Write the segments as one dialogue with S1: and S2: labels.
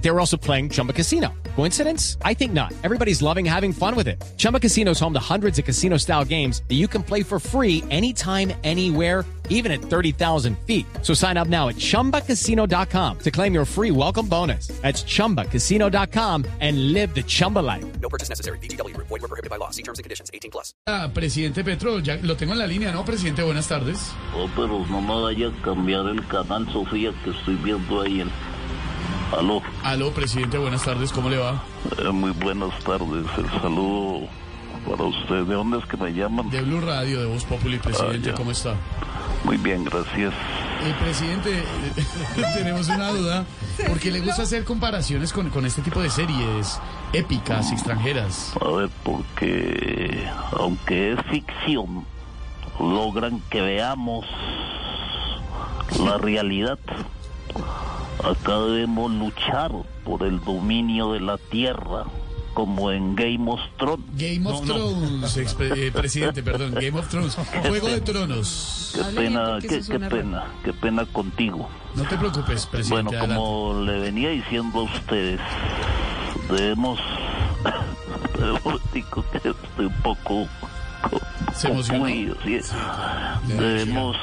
S1: They were also playing Chumba Casino. Coincidence? I think not. Everybody's loving having fun with it. Chumba Casino is home to hundreds of casino style games that you can play for free anytime, anywhere even at 30,000 feet. So sign up now at ChumbaCasino.com to claim your free welcome bonus. That's ChumbaCasino.com and live the Chumba life.
S2: No purchase necessary. BGW. Void were prohibited by law. See terms and conditions. 18 plus.
S3: Ah, presidente Petro, ya lo tengo en la línea, ¿no, presidente? Buenas tardes.
S4: Oh, pero no me vaya a cambiar el canal, Sofía, que estoy viendo ahí. El... Aló,
S3: Aló, presidente, buenas tardes, ¿cómo le va?
S4: eh, muy buenas tardes. El saludo para usted. ¿De dónde es que me llaman?
S3: De Blue Radio, de Voz Populi, presidente,
S4: ya.
S3: ¿cómo está?
S4: Muy bien, gracias.
S3: Eh, presidente, eh, tenemos una duda, porque le gusta hacer comparaciones con, con este tipo de series épicas, extranjeras.
S4: A ver, porque aunque es ficción, logran que veamos la realidad. Acá debemos luchar por el dominio de la tierra, como en Game of Thrones.
S3: Game of Thrones, expre- eh, presidente, perdón, Game of Thrones, Juego de Tronos.
S4: Qué pena, qué, qué pena, qué pena contigo.
S3: No te preocupes, presidente.
S4: Bueno,
S3: adelante.
S4: como le venía diciendo a ustedes, debemos... Pero digo que estoy un poco... co-
S3: Se emocionó.
S4: confundido, sí.
S3: claro.
S4: Debemos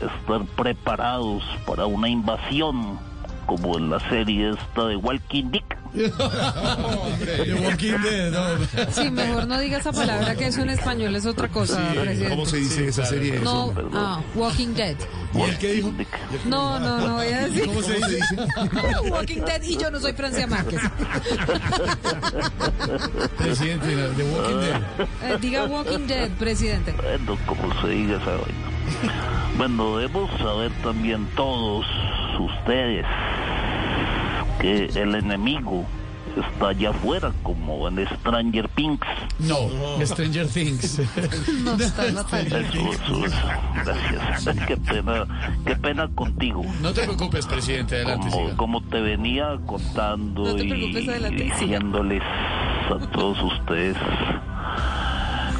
S4: estar preparados para una invasión, como en la serie esta de Walking Dick.
S3: The Walking Dead, no.
S5: Sí, mejor no diga esa palabra que eso en español es otra cosa, presidente.
S6: ¿Cómo se dice esa serie?
S5: No, ah, Walking Dead.
S3: ¿Y el que dijo?
S4: Walking Dick.
S5: No, no, no voy a decir
S3: ¿Cómo se dice?
S5: Walking Dead y yo no soy Francia Márquez.
S3: Presidente, The Walking Dead.
S5: Eh, diga Walking Dead, presidente.
S4: Bueno, como se diga esa vaina. Bueno, debemos saber también todos ustedes que el enemigo está allá afuera, como en Stranger Things.
S3: No, Stranger Things.
S5: No, está fatal.
S4: Eso, eso, eso. Gracias. Qué pena, qué pena contigo.
S3: No te preocupes, presidente, adelante.
S4: Como,
S3: siga.
S4: como te venía contando
S5: No te preocupes,
S4: y
S5: adelante, siga.
S4: diciéndoles a todos ustedes,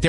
S1: They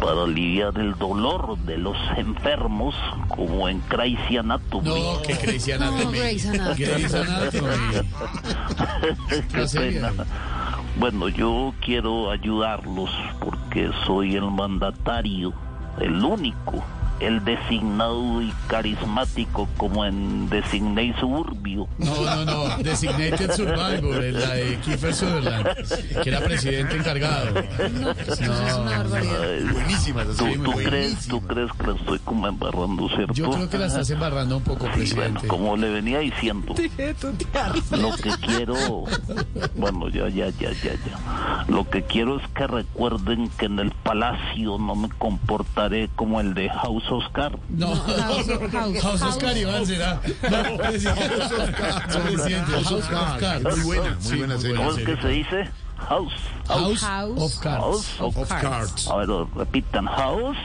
S4: para aliviar el dolor de los enfermos como en Crazy Anatomy.
S3: No, que Grey's
S5: No,
S3: Anatomy.
S5: Grey's Anatomy.
S3: Grey's Anatomy.
S4: Qué
S3: la serie.
S4: pena. Bueno, yo quiero ayudarlos porque soy el mandatario, el único, el designado y carismático como en Designate Suburbio.
S3: No, no, no. Designated Survivor, eh, la de Kiefer Sutherland, que era presidente encargado.
S5: No, pues, eso es una barbaridad.
S3: Buenísima esa
S4: ¿Tú,
S3: serie,
S4: tú
S3: muy
S4: crees, ¿Tú
S3: buenísima.
S4: crees que la estoy como embarrando, cierto?
S3: Yo creo que la estás embarrando un poco,
S4: Sí, bueno,
S3: presidente.
S4: como le venía diciendo, lo que quiero, bueno, ya, ya, ya, ya, ya. Lo que quiero es que recuerden que en el palacio no me comportaré como el de House Oscar.
S3: No,
S5: House- House-
S3: House Oscar Iván será. No, presidente. House Oscar. Presidente, House Oscar.
S6: Muy buena, muy
S3: Sí,
S6: buena serie.
S4: ¿Cómo es
S3: serie.
S4: que se dice? House.
S3: House
S5: House
S3: of Cards.
S4: House of
S6: Of Cards.
S4: A ver, repitan, House.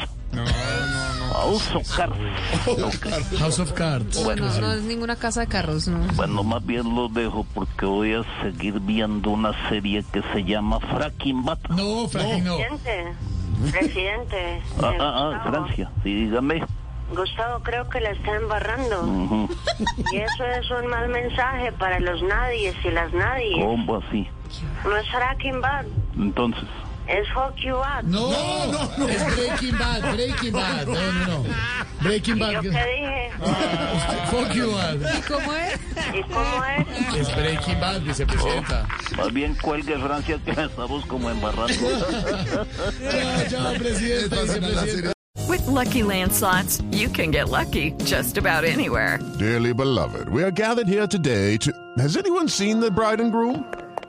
S4: House Oscar.
S3: House of Cards.
S5: Bueno, no es ninguna casa de carros, no.
S4: Bueno, más bien los dejo porque voy a seguir viendo una serie que se llama Fracking Bat.
S3: No, Frankie, no.
S7: Presidente, presidente.
S4: Ah, ah, ah,
S7: Gustavo.
S4: Francia, sí, dígame.
S7: Gustavo, creo que la está embarrando.
S4: Ujú.
S7: Y eso es un mal mensaje para los nadies y las nadies.
S4: ¿Cómo así?
S7: No es fracking bad,
S4: Entonces,
S7: es fuck you bad.
S3: No, no, no. Es Breaking Bad, Breaking Bad. No, no, no. Breaking
S7: ¿Yo
S3: Bad.
S7: qué dije?
S3: Fuck you, Bad.
S5: ¿Cómo es?
S7: ¿Y cómo es?
S3: Es Breaking Bad, vicepresidenta.
S4: más bien cuelgue Francia que la estamos como embarrando.
S3: Chao, chao, presidente, vicepresidenta.
S8: With
S6: With Lucky Land slots, you can get lucky just about anywhere.
S8: Dearly beloved, we are gathered here today to. Has anyone seen the bride and groom?